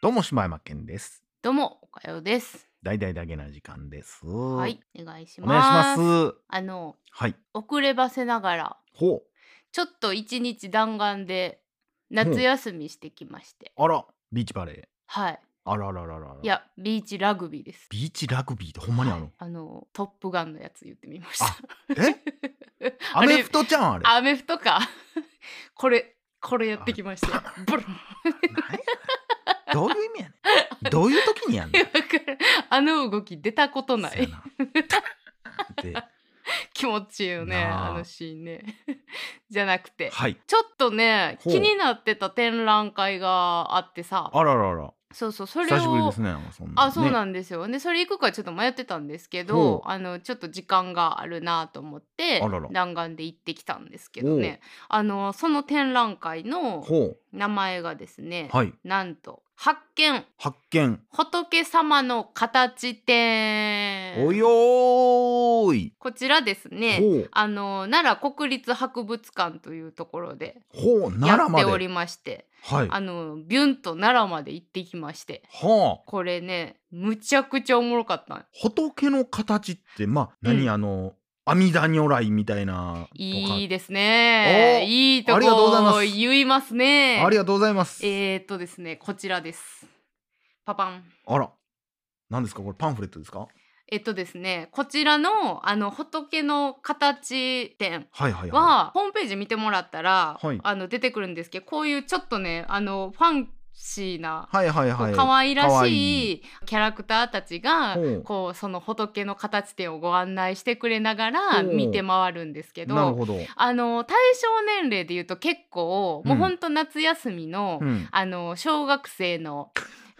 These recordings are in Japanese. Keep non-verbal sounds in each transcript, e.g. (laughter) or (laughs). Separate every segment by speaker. Speaker 1: どうも島山健です。
Speaker 2: どうも、おかようです。
Speaker 1: 大々だけな時間です。は
Speaker 2: はい、お願いし
Speaker 1: お
Speaker 2: ま
Speaker 1: 願い
Speaker 2: す。
Speaker 1: します。
Speaker 2: あの、
Speaker 1: はい。
Speaker 2: 遅ればせながら、
Speaker 1: ほ
Speaker 2: ちょっと一日弾丸で夏休みしてきまして。
Speaker 1: う。あら、ビーチバレー。
Speaker 2: はい、
Speaker 1: あららららら。
Speaker 2: い。や、ビーチラグビーです。
Speaker 1: ビーチラグビーってほんまにあるの。
Speaker 2: あの、トップガンのやつ言ってみました。
Speaker 1: えア
Speaker 2: (laughs) あれ
Speaker 1: メフトちゃんあれ。
Speaker 2: アメフトか。 (laughs) これ、これやってきました。ブルン。
Speaker 1: なんやどういう意味やね
Speaker 2: (laughs)
Speaker 1: ん。どういう時にやんの。
Speaker 2: だからあの動き出たことな
Speaker 1: そや
Speaker 2: い。
Speaker 1: な。で、
Speaker 2: 気持ちいいよね、
Speaker 1: なあ
Speaker 2: あのシーンね。 (laughs) じゃなくて。
Speaker 1: はい。
Speaker 2: ちょっとね
Speaker 1: ほう
Speaker 2: 気になってた展覧会があってさ
Speaker 1: あらららら。
Speaker 2: そうそうそれを
Speaker 1: 久しぶりですね。そんな。
Speaker 2: あそうんなんですよ、でそれ行くかちょっと迷ってたんですけ
Speaker 1: ほ
Speaker 2: どあのちょっと時間があるなと思って
Speaker 1: あらら
Speaker 2: 弾丸で行ってきたんですけどねあのその展覧会の
Speaker 1: ほ
Speaker 2: 名前がですね
Speaker 1: う。はい。
Speaker 2: なんと「発見
Speaker 1: 発見。
Speaker 2: 仏様の形展」
Speaker 1: およーい。
Speaker 2: こちらですね
Speaker 1: ほう。
Speaker 2: あの奈良国立博物館というところで
Speaker 1: ほう。
Speaker 2: や
Speaker 1: 奈良
Speaker 2: ってお
Speaker 1: まで。
Speaker 2: りまして。
Speaker 1: はい。
Speaker 2: あのビュンと奈良まで行ってきまして
Speaker 1: はあ。
Speaker 2: これねむちゃくちゃおもろかったん
Speaker 1: 仏の形ってまあ
Speaker 2: うん
Speaker 1: 何、あの阿弥陀如来みたいなとか
Speaker 2: いいです
Speaker 1: お
Speaker 2: ねいいと
Speaker 1: ありがとうございま
Speaker 2: こ
Speaker 1: す
Speaker 2: 言いますね
Speaker 1: ありがとうございます、
Speaker 2: えー、っとですねこちらですパパン
Speaker 1: あら何ですかこれパンフレットですか
Speaker 2: えっとですねこちらのあの仏の形展
Speaker 1: はいはいは
Speaker 2: はホームページ見てもらったら、
Speaker 1: はい
Speaker 2: あの出てくるんですけどこういうちょっとねあのファンシーない
Speaker 1: はいはいはい
Speaker 2: 可愛ら
Speaker 1: 可愛
Speaker 2: しいキャラクターたちが
Speaker 1: ほう
Speaker 2: こうその仏の形展をご案内してくれながら
Speaker 1: ほう
Speaker 2: 見て回るんですけ
Speaker 1: なる
Speaker 2: ど
Speaker 1: ほど、
Speaker 2: あの対象年齢でいうと結構
Speaker 1: うん
Speaker 2: もうほんと夏休みの,、
Speaker 1: うん
Speaker 2: あの小学
Speaker 1: (laughs)
Speaker 2: 生の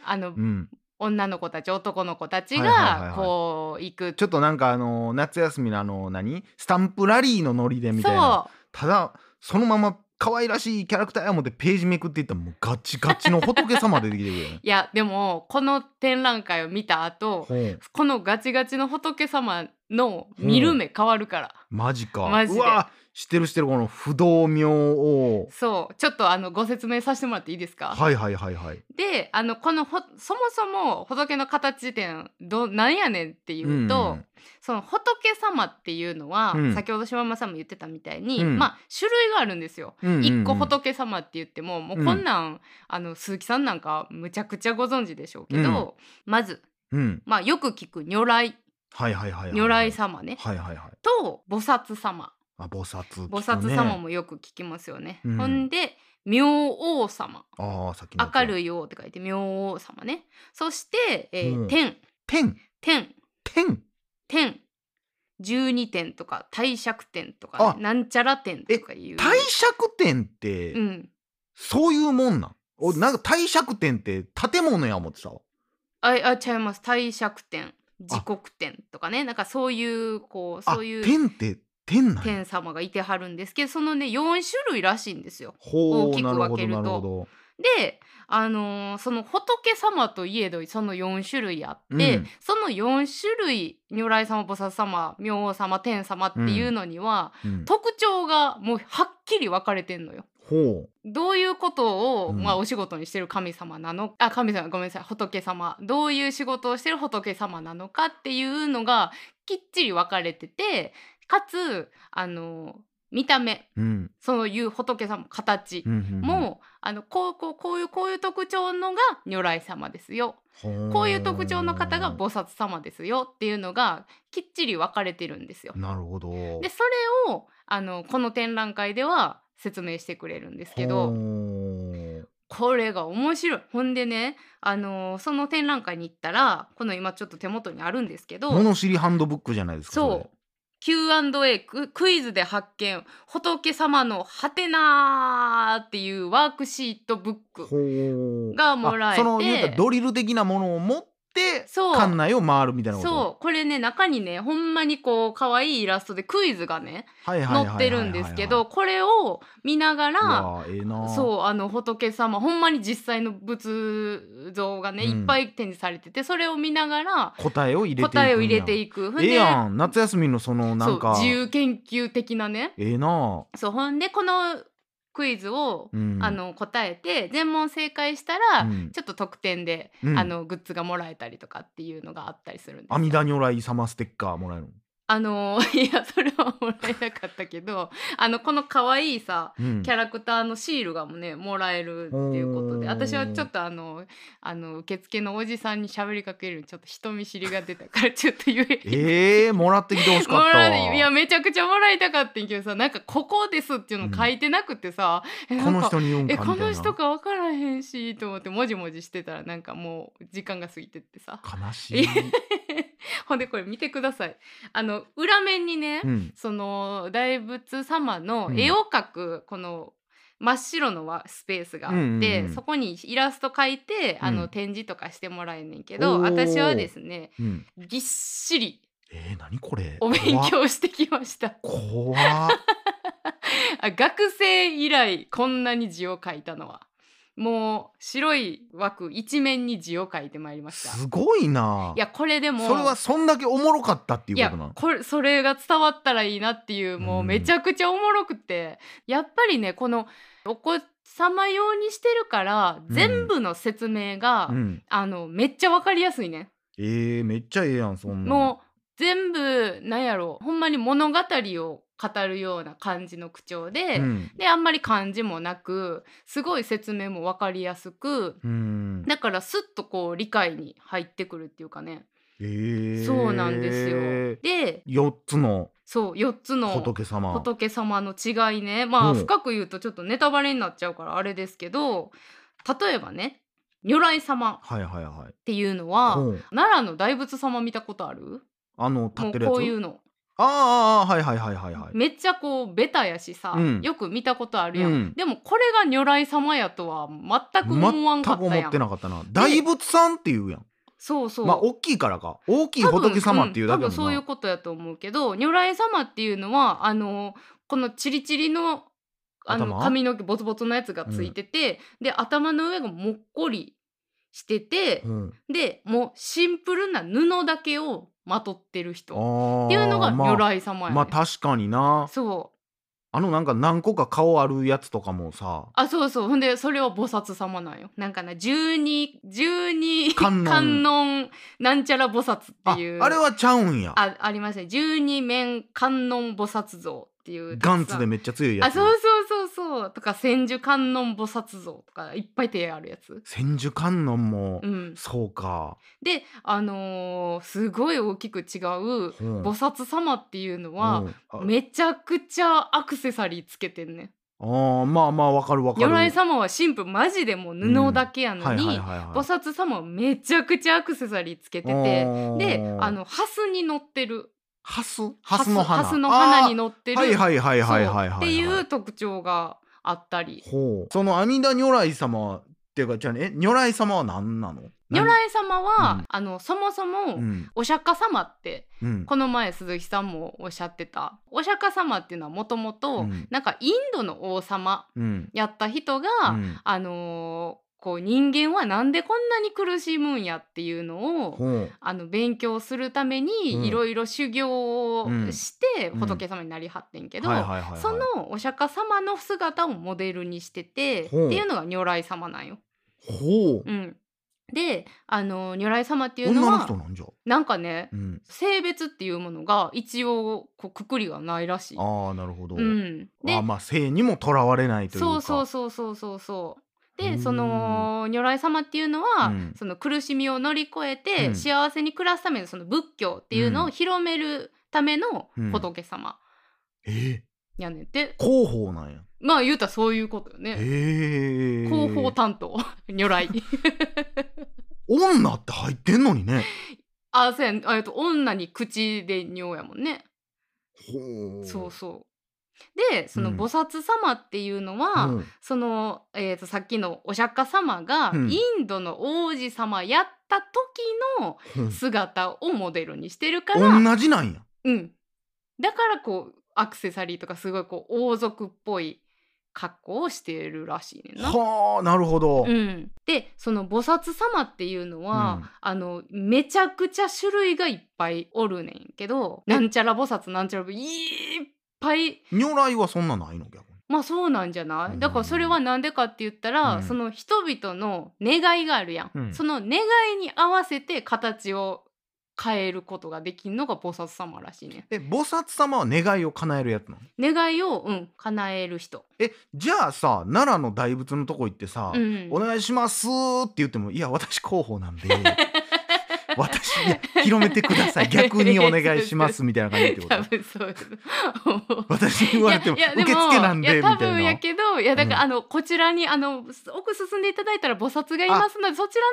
Speaker 2: あの
Speaker 1: うん、
Speaker 2: 女の子たち男の子たち
Speaker 1: はいはいはいは
Speaker 2: が
Speaker 1: い
Speaker 2: こう行く。
Speaker 1: ちょっとなんかあの夏休みのあの何スタンプラリーのノリでみたいな
Speaker 2: そう
Speaker 1: ただそのまま可愛らしいキャラクターやもってページめくっていったらもうガチガチの仏様出てきてくるよ
Speaker 2: (laughs)
Speaker 1: ね
Speaker 2: いやでもこの展覧会を見た後
Speaker 1: ほう
Speaker 2: このガチガチの仏様の見る目変わるから。
Speaker 1: マジか
Speaker 2: マジで
Speaker 1: うわ知ってる知ってるこの不動明王
Speaker 2: そうちょっとあのご説明させてもらっていいですか、
Speaker 1: はいはいはいはい
Speaker 2: であのこのほそもそも仏の形点どなんやねんっていうと、
Speaker 1: うん
Speaker 2: その仏様っていうのは、
Speaker 1: うん
Speaker 2: 先ほど島山さんも言ってたみたいに、
Speaker 1: うん
Speaker 2: まあ種類があるんですよ。
Speaker 1: うんうんうん
Speaker 2: 一個仏様って言ってももうこんなん、あの鈴木さんなんかむちゃくちゃご存知でしょうけど、まず、
Speaker 1: うん、
Speaker 2: まあ、よく聞く如来
Speaker 1: はいはいはいはいはい。
Speaker 2: 如来様ね、
Speaker 1: はいはいはい。
Speaker 2: と菩薩様
Speaker 1: あ、菩薩、
Speaker 2: 菩薩様。もよく聞きますよね。
Speaker 1: うん
Speaker 2: ほんで明王様
Speaker 1: ああ、さっきのやつ
Speaker 2: 明るい王って書いて明王様ねそして、えー
Speaker 1: うん
Speaker 2: 天
Speaker 1: 天、
Speaker 2: 天
Speaker 1: 天。
Speaker 2: 天十二点とか帝釈天とかね、
Speaker 1: あ
Speaker 2: なんちゃら天とかいう
Speaker 1: 帝釈天って、
Speaker 2: うん
Speaker 1: そういうもんなん。お、なんか帝釈天って建物や思ってたわ。
Speaker 2: ああちゃいます帝釈天時刻天とかねなんかそういうこう
Speaker 1: あ
Speaker 2: そういう
Speaker 1: 天って天なんや。
Speaker 2: 天様がいてはるんですけどそのね4種類らしいんですよ。
Speaker 1: ほ
Speaker 2: 大
Speaker 1: う、
Speaker 2: きく
Speaker 1: なるほ
Speaker 2: 分
Speaker 1: ど
Speaker 2: ける
Speaker 1: な
Speaker 2: と
Speaker 1: るほど。
Speaker 2: で、あのーその仏様といえどその4種類あって、
Speaker 1: うん
Speaker 2: その4種類如来様菩薩様明王様天様っていうのには、
Speaker 1: うん
Speaker 2: 特徴がもうはっきり分かれてんのよ。
Speaker 1: ほ
Speaker 2: どういうことを、
Speaker 1: うん
Speaker 2: まあ、お仕事にしてる神様なのあ神様ごめんなさい仏様どういう仕事をしてる仏様なのかっていうのがきっちり分かれててかつあの見た目
Speaker 1: う。うん。
Speaker 2: そういう仏様形
Speaker 1: うんうんん
Speaker 2: もうあのこうこうこういうこういう特徴のが如来様ですよ
Speaker 1: ほう
Speaker 2: こういう特徴の方が菩薩様ですよっていうのがきっちり分かれてるんですよ。
Speaker 1: なるほど。
Speaker 2: でそれをあのこの展覧会では説明してくれるんですけ
Speaker 1: ほ
Speaker 2: ど
Speaker 1: う
Speaker 2: これが面白いほんでねあのその展覧会に行ったらこの今ちょっと手元にあるんですけど
Speaker 1: 物知りハンドブックじゃないですか。
Speaker 2: そう Q&A ククイズで発見仏様のハテナーっていうワークシートブック
Speaker 1: それ。ほう
Speaker 2: がもらえて
Speaker 1: あその言うたらドリル的なものを持って
Speaker 2: そう
Speaker 1: 館内を回るみたいなこと
Speaker 2: そうこれね中にねほんまにこう可愛いイラストでクイズがね
Speaker 1: はいはいはいは
Speaker 2: 載
Speaker 1: いはい
Speaker 2: ってるんですけどこれを見なが
Speaker 1: う
Speaker 2: ら
Speaker 1: わあええな
Speaker 2: そうあの仏様ほんまに実際の仏像がね、
Speaker 1: うん
Speaker 2: いっぱい展示されててそれを見ながら
Speaker 1: 答えを入れていくんや
Speaker 2: 答えを入れていくほん
Speaker 1: ええ
Speaker 2: で
Speaker 1: やん夏休みのそのなん
Speaker 2: そう
Speaker 1: か
Speaker 2: 自由研究的なね
Speaker 1: ええな
Speaker 2: そうほんでこのクイズを、
Speaker 1: うん
Speaker 2: あの答えて全問正解したら、
Speaker 1: うん
Speaker 2: ちょっと特典で、
Speaker 1: うん
Speaker 2: あのグッズがもらえたりとかっていうのがあったりするんですよ
Speaker 1: 阿弥陀如来様ステッカーもらえるの
Speaker 2: あの (laughs) ーいやそれはもらえなかったけどあのこの可愛いさ
Speaker 1: うん
Speaker 2: キャラクターのシールがもねもらえるっていうことで
Speaker 1: おー
Speaker 2: 私はちょっとあのあの受付のおじさんに喋りかけるのちょっと人見知りが出たからちょっと言え
Speaker 1: ええもらってきてほし
Speaker 2: も
Speaker 1: かったわ
Speaker 2: らえいやめちゃくちゃもらいたかったんやけどさなんか「ここです」っていうの書いてなくてさ、え
Speaker 1: こ
Speaker 2: なん
Speaker 1: の
Speaker 2: か
Speaker 1: 人に言うんか
Speaker 2: え
Speaker 1: みたいな
Speaker 2: この人か分からへんしと思ってもじもじしてたらなんかもう時間が過ぎてってさ
Speaker 1: 悲しい、
Speaker 2: ほんでこれ見てくださいあの裏面にね、
Speaker 1: うん、
Speaker 2: その大仏様の
Speaker 1: うん
Speaker 2: 絵を描くこの真っ白のわスペースがあって、
Speaker 1: うんうんうん
Speaker 2: そこにイラスト描いてあ
Speaker 1: う
Speaker 2: の
Speaker 1: ん
Speaker 2: 展示とかしてもらえんねんけど、
Speaker 1: おー
Speaker 2: 私はですね
Speaker 1: うん、
Speaker 2: ぎっしり
Speaker 1: えー、何これ
Speaker 2: お勉強してきました
Speaker 1: 怖
Speaker 2: (laughs)
Speaker 1: 怖っ
Speaker 2: あ学生以来こんなに字を書いたのはもう白い枠一面に字を書いてまいりました
Speaker 1: すごいない
Speaker 2: やこれでも
Speaker 1: それはそんだけおもろかったっていうことなの
Speaker 2: やこれそれが伝わったらいいなっていうもううんめちゃくちゃおもろくて、やっぱりねこのお子様用にしてるから
Speaker 1: うん
Speaker 2: 全部の説明が、
Speaker 1: うん、
Speaker 2: あのめっちゃわかりやすいね、
Speaker 1: えー、めっちゃええやんそんなん
Speaker 2: もう全部なんやろほんまに物語を語るような感じの口調で、
Speaker 1: うん
Speaker 2: であんまり漢字もなくすごい説明もわかりやすく
Speaker 1: うん、
Speaker 2: だからスッとこう理解に入ってくるっていうかね、
Speaker 1: えー、
Speaker 2: そうなんですよ。で
Speaker 1: 4つの
Speaker 2: そう4つの
Speaker 1: 仏様
Speaker 2: 仏様の違いねまあ
Speaker 1: うん
Speaker 2: 深く言うとちょっとネタバレになっちゃうからあれですけど例えばね如来様っ
Speaker 1: はいはいはい
Speaker 2: ていうのは
Speaker 1: うん
Speaker 2: 奈良の大仏様見たことある
Speaker 1: あの立
Speaker 2: も
Speaker 1: って
Speaker 2: う
Speaker 1: るやつ
Speaker 2: こういうの
Speaker 1: あーあーあーはいはいはいはいはい
Speaker 2: めっちゃこうベタやしさ、
Speaker 1: うん
Speaker 2: よく見たことあるやん、
Speaker 1: うん
Speaker 2: でもこれが如来様やとは全く思わん
Speaker 1: 全
Speaker 2: かっ
Speaker 1: く
Speaker 2: た
Speaker 1: 思
Speaker 2: や
Speaker 1: っ
Speaker 2: ん
Speaker 1: てなかったな大仏さんっていうやん
Speaker 2: そうそう、
Speaker 1: まあ大きいからか大きい
Speaker 2: 多分
Speaker 1: 仏様っていうだけ
Speaker 2: ん
Speaker 1: や
Speaker 2: 多分そ
Speaker 1: も
Speaker 2: うんいう
Speaker 1: な
Speaker 2: ことやと思うけど如来様っていうのはあのこのチリチリのあの
Speaker 1: 頭
Speaker 2: 髪の毛ボツボツのやつがついてて、で頭の上がもっこりしてて、
Speaker 1: うん
Speaker 2: でもうシンプルな布だけをまとってる
Speaker 1: あ
Speaker 2: 人
Speaker 1: ー
Speaker 2: っていうのが如
Speaker 1: ま
Speaker 2: 来様や
Speaker 1: あ、
Speaker 2: ね、
Speaker 1: まあ確かにな
Speaker 2: そう
Speaker 1: あのなんか何個か顔あるやつとかもさ
Speaker 2: あそうそうほんでそれは菩薩様なんよなんかな十二十二
Speaker 1: 観音
Speaker 2: (laughs) 観音なんちゃら菩薩
Speaker 1: あ
Speaker 2: っていう
Speaker 1: あれはちゃうんや
Speaker 2: あありましたね十二面観音菩薩像っていう
Speaker 1: ガンツで
Speaker 2: め
Speaker 1: めっちゃ強いや
Speaker 2: あ
Speaker 1: つ
Speaker 2: そうそうそうそうとか千手観音菩薩像とかいっぱい手あるやつ
Speaker 1: 千手観音も、
Speaker 2: うん
Speaker 1: そうか、
Speaker 2: であのーすごい大きく違う菩
Speaker 1: うん
Speaker 2: 薩様っていうのは
Speaker 1: うんあ
Speaker 2: めちゃくちゃアクセサリーつけてんね
Speaker 1: あーまあまあわかるわかる
Speaker 2: 如来様は神父マジでもう布だけやのに、
Speaker 1: はい
Speaker 2: 菩薩様はめちゃくちゃアクセサリーつけててであのハスに乗ってる
Speaker 1: ハスハスの花
Speaker 2: ハスの花に
Speaker 1: 乗っ
Speaker 2: 乗って
Speaker 1: て
Speaker 2: る、
Speaker 1: はいはいはいはいはい
Speaker 2: そ
Speaker 1: は
Speaker 2: う
Speaker 1: い
Speaker 2: っていう特徴があったり
Speaker 1: ほうその阿弥陀如来様っていうかじゃあねえ如来様は何なの
Speaker 2: 如
Speaker 1: 何
Speaker 2: 来様は、
Speaker 1: うん
Speaker 2: あのそもそも、
Speaker 1: うん
Speaker 2: お釈迦様って
Speaker 1: うん
Speaker 2: この前鈴木さんもおっしゃってたお釈迦様っていうのはもとも
Speaker 1: う
Speaker 2: と
Speaker 1: ん
Speaker 2: なんかインドの王様
Speaker 1: うん
Speaker 2: やった人が、
Speaker 1: うん
Speaker 2: あのーこう人間はなんでこんなに苦しむんやっていうのを
Speaker 1: ほう
Speaker 2: あの勉強するため
Speaker 1: うん
Speaker 2: にいろいろ修行をして
Speaker 1: うん
Speaker 2: 仏様になりはってんけど、
Speaker 1: はいはいはいはい
Speaker 2: そのお釈迦様の姿をモデルにしててって
Speaker 1: ほう
Speaker 2: いうのが如来様なんよ。
Speaker 1: ほう
Speaker 2: うん、であの如来様っていうの
Speaker 1: 女の
Speaker 2: は
Speaker 1: 人なんじゃ
Speaker 2: なんかね
Speaker 1: うん
Speaker 2: 性別っていうものが一応こうくくりがないらしい。
Speaker 1: ああなるほど
Speaker 2: うん、で
Speaker 1: あまあ性にもとらわれないというか
Speaker 2: そうそうそうそうそうそう。
Speaker 1: う
Speaker 2: で
Speaker 1: ん
Speaker 2: その如来様っていうのは、
Speaker 1: うん
Speaker 2: その苦しみを乗り越えて、
Speaker 1: うん
Speaker 2: 幸せに暮らすためのその仏教っていうのを広めるための仏様
Speaker 1: え
Speaker 2: やねんて、
Speaker 1: ー、広報なんや
Speaker 2: まあ言うたらそういうことよ
Speaker 1: え
Speaker 2: ね。
Speaker 1: ー、
Speaker 2: 広報担当 (laughs) 如来
Speaker 1: 女って入ってんのにね
Speaker 2: あそうやんあえっと女に口で尿やもんね
Speaker 1: ほ
Speaker 2: そうそうでその
Speaker 1: うん
Speaker 2: 菩薩様っていうのは、
Speaker 1: うん
Speaker 2: その、えー、とさっきのお釈迦様が
Speaker 1: うん
Speaker 2: インドの王子様やった時の
Speaker 1: うん
Speaker 2: 姿をモデルにしてるから、うん
Speaker 1: 同じなんや
Speaker 2: だからこうアクセサリーとかすごいこう王族っぽい格好をしてるらしいねんな。
Speaker 1: はあなるほど、
Speaker 2: うん、でその菩薩様っていうのは、
Speaker 1: うん
Speaker 2: あのめちゃくちゃ種類がいっぱいおるねんけどなんちゃら菩薩なんちゃら菩薩いっぱい
Speaker 1: 如来はそんなないの逆に
Speaker 2: まあそうなんじゃな
Speaker 1: うん
Speaker 2: いだからそれは何でかって言ったら、
Speaker 1: うん
Speaker 2: その人々の願いがあるやん、
Speaker 1: うん
Speaker 2: その願いに合わせて形を変えることができるのが菩薩様らしいね
Speaker 1: え菩薩様は願いを叶えるやつなの
Speaker 2: 願いを、うん、叶える人、
Speaker 1: えじゃあさ奈良の大仏のとこ行ってさ「
Speaker 2: うん、
Speaker 1: お願いします」って言っても「いや私広報なん
Speaker 2: (laughs)
Speaker 1: で私いや広めてください逆にお願いします」みたいな感じってこ
Speaker 2: (laughs) 多
Speaker 1: と
Speaker 2: 分そうです
Speaker 1: 私に言われても
Speaker 2: いやいや
Speaker 1: 受付なんで
Speaker 2: い
Speaker 1: み
Speaker 2: や
Speaker 1: た
Speaker 2: 多分
Speaker 1: い
Speaker 2: や
Speaker 1: な。
Speaker 2: けどいやだから、
Speaker 1: うん
Speaker 2: あのこちらにあの奥進んでいただいたら菩薩がいますのでそちら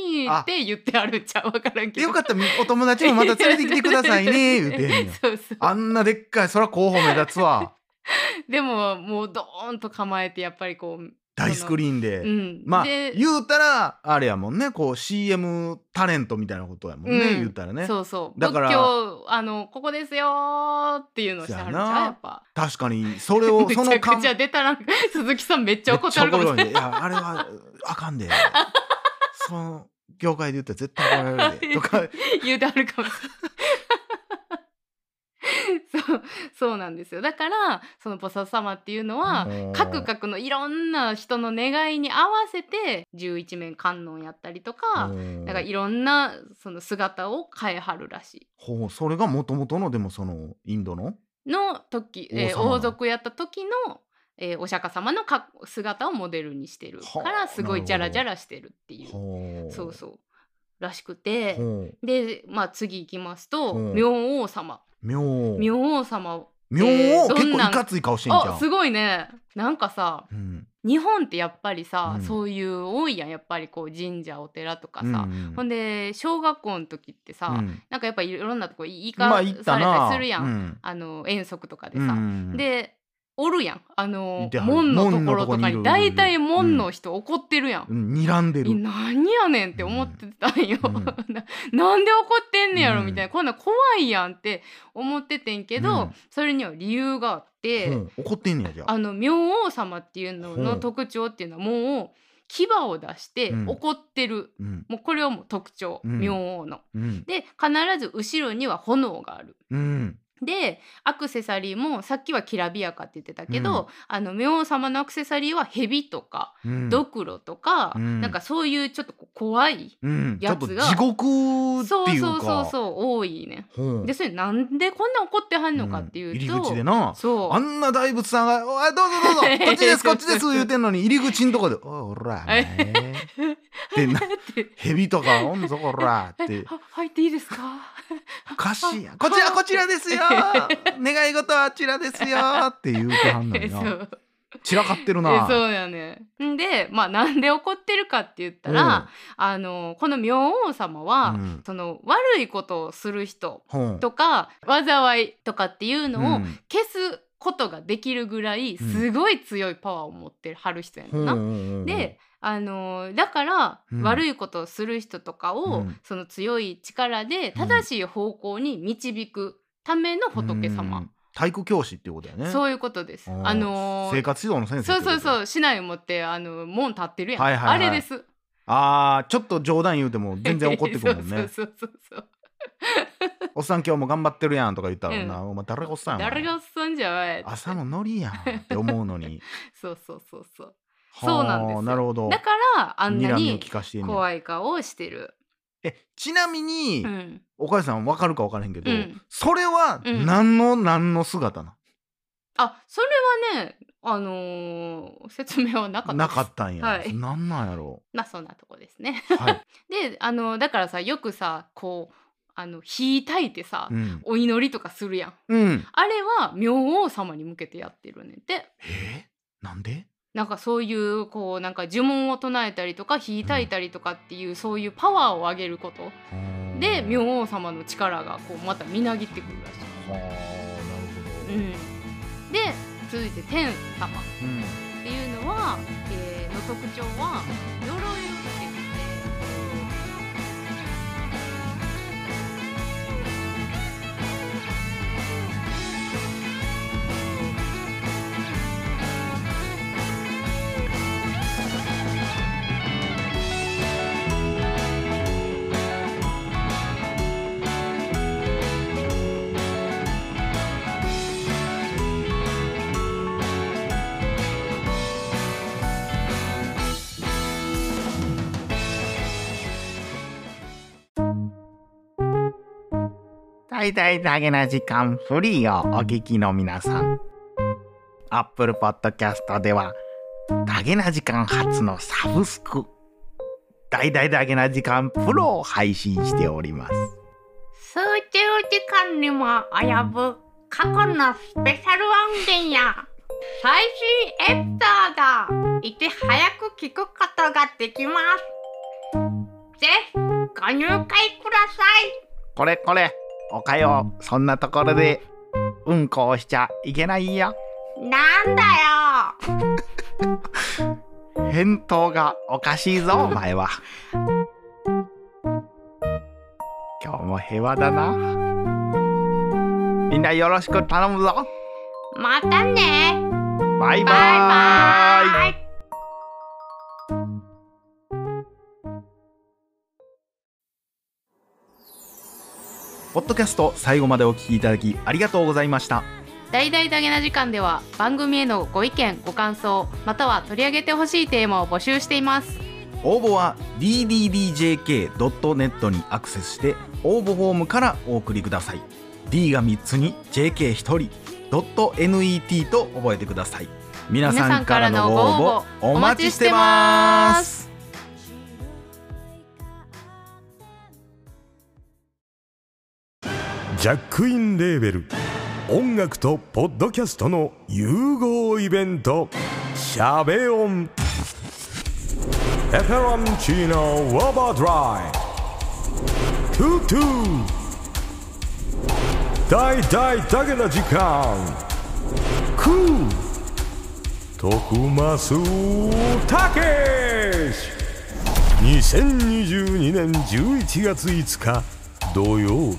Speaker 2: の方に
Speaker 1: あ
Speaker 2: って言ってあるんちゃうわから
Speaker 1: で
Speaker 2: んけど
Speaker 1: よかったらお友達もまた連れてきてくださいね言うてんねん
Speaker 2: (laughs) そうそう
Speaker 1: あんなでっかいそら候補目立つ
Speaker 2: (laughs)
Speaker 1: わ
Speaker 2: でももうドーンと構えてやっぱりこう
Speaker 1: 大スクリーンで、
Speaker 2: うん
Speaker 1: まあ
Speaker 2: で
Speaker 1: 言うたらあれやもんねこう CM タレントみたいなことやもんね、
Speaker 2: うん
Speaker 1: 言うたらね
Speaker 2: そうそう
Speaker 1: だから
Speaker 2: 仏教あのここですよーっていうのをしてはるんち
Speaker 1: そ
Speaker 2: ゃ
Speaker 1: やな
Speaker 2: うやっぱ
Speaker 1: 確かにそれを
Speaker 2: (laughs) めち
Speaker 1: その
Speaker 2: ゃ
Speaker 1: か
Speaker 2: く
Speaker 1: ん
Speaker 2: ちゃ出たら鈴木さんめっちゃ怒ってはるかもしれ
Speaker 1: め
Speaker 2: な
Speaker 1: っ
Speaker 2: い
Speaker 1: ちゃ怒るわいやあれはあかん
Speaker 2: (laughs)
Speaker 1: でその業界で言ったら絶対怒られるでと
Speaker 2: (laughs)
Speaker 1: か
Speaker 2: 言うてはるかもしれない (laughs) そうそうなんですよだからその菩薩様っていうのは、各
Speaker 1: か
Speaker 2: 々のいろんな人の願いに合わせて十一面観音やったりとか、なんかいろんなその姿を変えはるらし
Speaker 1: ほうそれがもともとのでもそのインドの
Speaker 2: いの時、えー
Speaker 1: 王様の
Speaker 2: 王族やった時の、えーお釈迦様のか姿をモデルにしてる
Speaker 1: はあ
Speaker 2: からすごいジャラジャラしてるっていう
Speaker 1: ほう
Speaker 2: そうそうらしくて
Speaker 1: ほう
Speaker 2: で、まあ、次行きますと
Speaker 1: ほう
Speaker 2: 明王様
Speaker 1: 妙妙
Speaker 2: 明王様
Speaker 1: 妙、
Speaker 2: えーど
Speaker 1: 結
Speaker 2: ん
Speaker 1: 構
Speaker 2: ない
Speaker 1: かつい顔してんじゃ
Speaker 2: あ
Speaker 1: ん
Speaker 2: すごいねなんかさ
Speaker 1: うん
Speaker 2: 日本ってやっぱりさ、
Speaker 1: うん
Speaker 2: そういう多いやんやっぱりこう神社お寺とかさ、
Speaker 1: うん
Speaker 2: ほんで小学校の時ってさ、
Speaker 1: うん
Speaker 2: なんかやっぱいろんなとこいい
Speaker 1: ま
Speaker 2: か
Speaker 1: あ行
Speaker 2: され
Speaker 1: った
Speaker 2: た
Speaker 1: な
Speaker 2: りするやん、
Speaker 1: うん
Speaker 2: あの遠足とかで
Speaker 1: う
Speaker 2: さ、
Speaker 1: ん、
Speaker 2: でおるやんあ
Speaker 1: い
Speaker 2: の
Speaker 1: てはる
Speaker 2: 門のところと
Speaker 1: 門の
Speaker 2: か
Speaker 1: とこにいる
Speaker 2: に大体門の人怒ってるやん、
Speaker 1: うん睨んで
Speaker 2: い
Speaker 1: る
Speaker 2: 何やねんって思ってたんよ、
Speaker 1: うん
Speaker 2: (laughs) ななんで怒ってんねやろ
Speaker 1: うん
Speaker 2: みたいな、こんなん怖いやんって思っててんけど、
Speaker 1: うん
Speaker 2: それには理由があって、
Speaker 1: うん怒ってんねやじゃあ
Speaker 2: あの明王様っていうの
Speaker 1: ほ
Speaker 2: の
Speaker 1: う
Speaker 2: 特徴っていうのはもう牙を出して
Speaker 1: うん
Speaker 2: 怒ってる、
Speaker 1: うん
Speaker 2: もうこれはもう特徴、
Speaker 1: うん
Speaker 2: 明王の。
Speaker 1: うん
Speaker 2: で必ず後ろには炎がある。
Speaker 1: うん
Speaker 2: でアクセサリーもさっきはきらびやかって言ってたけど、あの明王様のアクセサリーは蛇とか、
Speaker 1: うん
Speaker 2: ドクロとか、
Speaker 1: うん
Speaker 2: なんかそういうちょっとこう怖い
Speaker 1: うんちょ
Speaker 2: や
Speaker 1: っと
Speaker 2: つが
Speaker 1: 地獄
Speaker 2: そ
Speaker 1: って
Speaker 2: う
Speaker 1: いうか
Speaker 2: そうそうそう多いね。
Speaker 1: ほう
Speaker 2: でそれなんでこんな怒ってはんのかっていうと、
Speaker 1: ん入り口でな
Speaker 2: そう
Speaker 1: あんな大仏さんが「おいどうぞど
Speaker 2: (laughs)
Speaker 1: うぞこっちですこっちです」言うてんのに入り口んとこで「おいおらお前」ってな
Speaker 2: って
Speaker 1: 蛇とかおんぞこらって
Speaker 2: は入っていいですか
Speaker 1: おかしいやん (laughs) こち
Speaker 2: (laughs)
Speaker 1: らこちらですよ願い事はあちらですよって言うてはんのに
Speaker 2: (laughs) そ
Speaker 1: な
Speaker 2: う
Speaker 1: 散らかってる
Speaker 2: え
Speaker 1: な
Speaker 2: そうやねんでまあなんで怒ってるかって言ったら、あのこの明王様は、
Speaker 1: うん
Speaker 2: その悪いことをする人
Speaker 1: ほう
Speaker 2: とか災いとかっていうのを
Speaker 1: うん
Speaker 2: 消すことができるぐらい
Speaker 1: うん
Speaker 2: すごい強いパワーを持ってるはる人やねんな。
Speaker 1: な
Speaker 2: で、あのーだから、
Speaker 1: うん
Speaker 2: 悪いことをする人とか
Speaker 1: う
Speaker 2: を、
Speaker 1: ん
Speaker 2: その強い力で正しい方向に導くための仏様、
Speaker 1: うん体育教師っていうことやね
Speaker 2: そういうことです。
Speaker 1: うん
Speaker 2: あのー
Speaker 1: 生活指導の (laughs) 先生
Speaker 2: そうそう
Speaker 1: う
Speaker 2: そう市内を持ってあの門立ってるやん、
Speaker 1: はいはいはい
Speaker 2: あれです
Speaker 1: あーちょっと冗談言うても全然怒ってくるもんね
Speaker 2: (laughs) そうそうそうそう
Speaker 1: おっさん今日も頑張ってるやんとか言ったら
Speaker 2: うん
Speaker 1: なお前誰がおっさんやお前
Speaker 2: 誰がおっさんじゃわい
Speaker 1: 朝のノリやんって思うのに
Speaker 2: そうそうそうそう
Speaker 1: はあ
Speaker 2: (laughs) そうなんですよ
Speaker 1: なるほど
Speaker 2: だからあんな
Speaker 1: 睨みを
Speaker 2: に
Speaker 1: 利かしてんねや
Speaker 2: 怖い顔をしてる、
Speaker 1: えちなみに、
Speaker 2: うん、
Speaker 1: お母さんわかるかわからへんけど、
Speaker 2: うん
Speaker 1: それは
Speaker 2: うん
Speaker 1: 何の何の姿な、
Speaker 2: あそれはねあのー説明はなかったです
Speaker 1: なかったんや、
Speaker 2: はい
Speaker 1: なんなんやろ
Speaker 2: まあそんなとこですね (laughs)
Speaker 1: はい、
Speaker 2: であのだからさよくさこうあの火焚いてさ、
Speaker 1: うん、
Speaker 2: お祈りとかするやん
Speaker 1: うん、
Speaker 2: あれは明王様に向けてやってるねんて
Speaker 1: えー、なんで
Speaker 2: なんかそういうこうなんか呪文を唱えたりとか火焚いたりとかっていうそういうパワーを上げることで
Speaker 1: は
Speaker 2: 明王様の力がこうまたみなぎってくるらしい。
Speaker 1: あなるほど、
Speaker 2: うん、で続いて天
Speaker 1: う
Speaker 2: 様
Speaker 1: ん
Speaker 2: っていうのは、えーの特徴は鎧を着てき
Speaker 1: う最大だけな時間フリーをお聞きの皆さん Apple Podcast ではだげな時間初のサブスク大々だげな時間プロを配信しております
Speaker 3: 数十時間にも及ぶ過去のスペシャル音源や最新エピソードをいち早く聞くことができます。ぜひご入会くださ
Speaker 1: これこれおかよそんなところでうんこをしちゃいけないよ
Speaker 3: い。なんだよ
Speaker 1: 返答がおかしいぞお前は今日も平和だなみんなよろしく頼むぞ
Speaker 3: またね
Speaker 1: バイバイ
Speaker 3: バイバイ
Speaker 1: ポッドキャスト最後までお聞きいただきありがとうございました
Speaker 2: 大々だげな時間では番組へのご意見ご感想または取り上げてほしいテーマを募集しています
Speaker 1: 応募は ddjk.net にアクセスして応募フォームからお送りください D が3つに JK1 人 .net と覚えてください皆さんからのご応募お待ちしてます
Speaker 4: ジャックインレーベル音楽とポッドキャストの融合イベント「シャベオン」「エフェロンチーノウォーバードライ」「トゥトゥ」「大大だけな時間」「クー」「徳マスたけし」2022年11月5日土曜日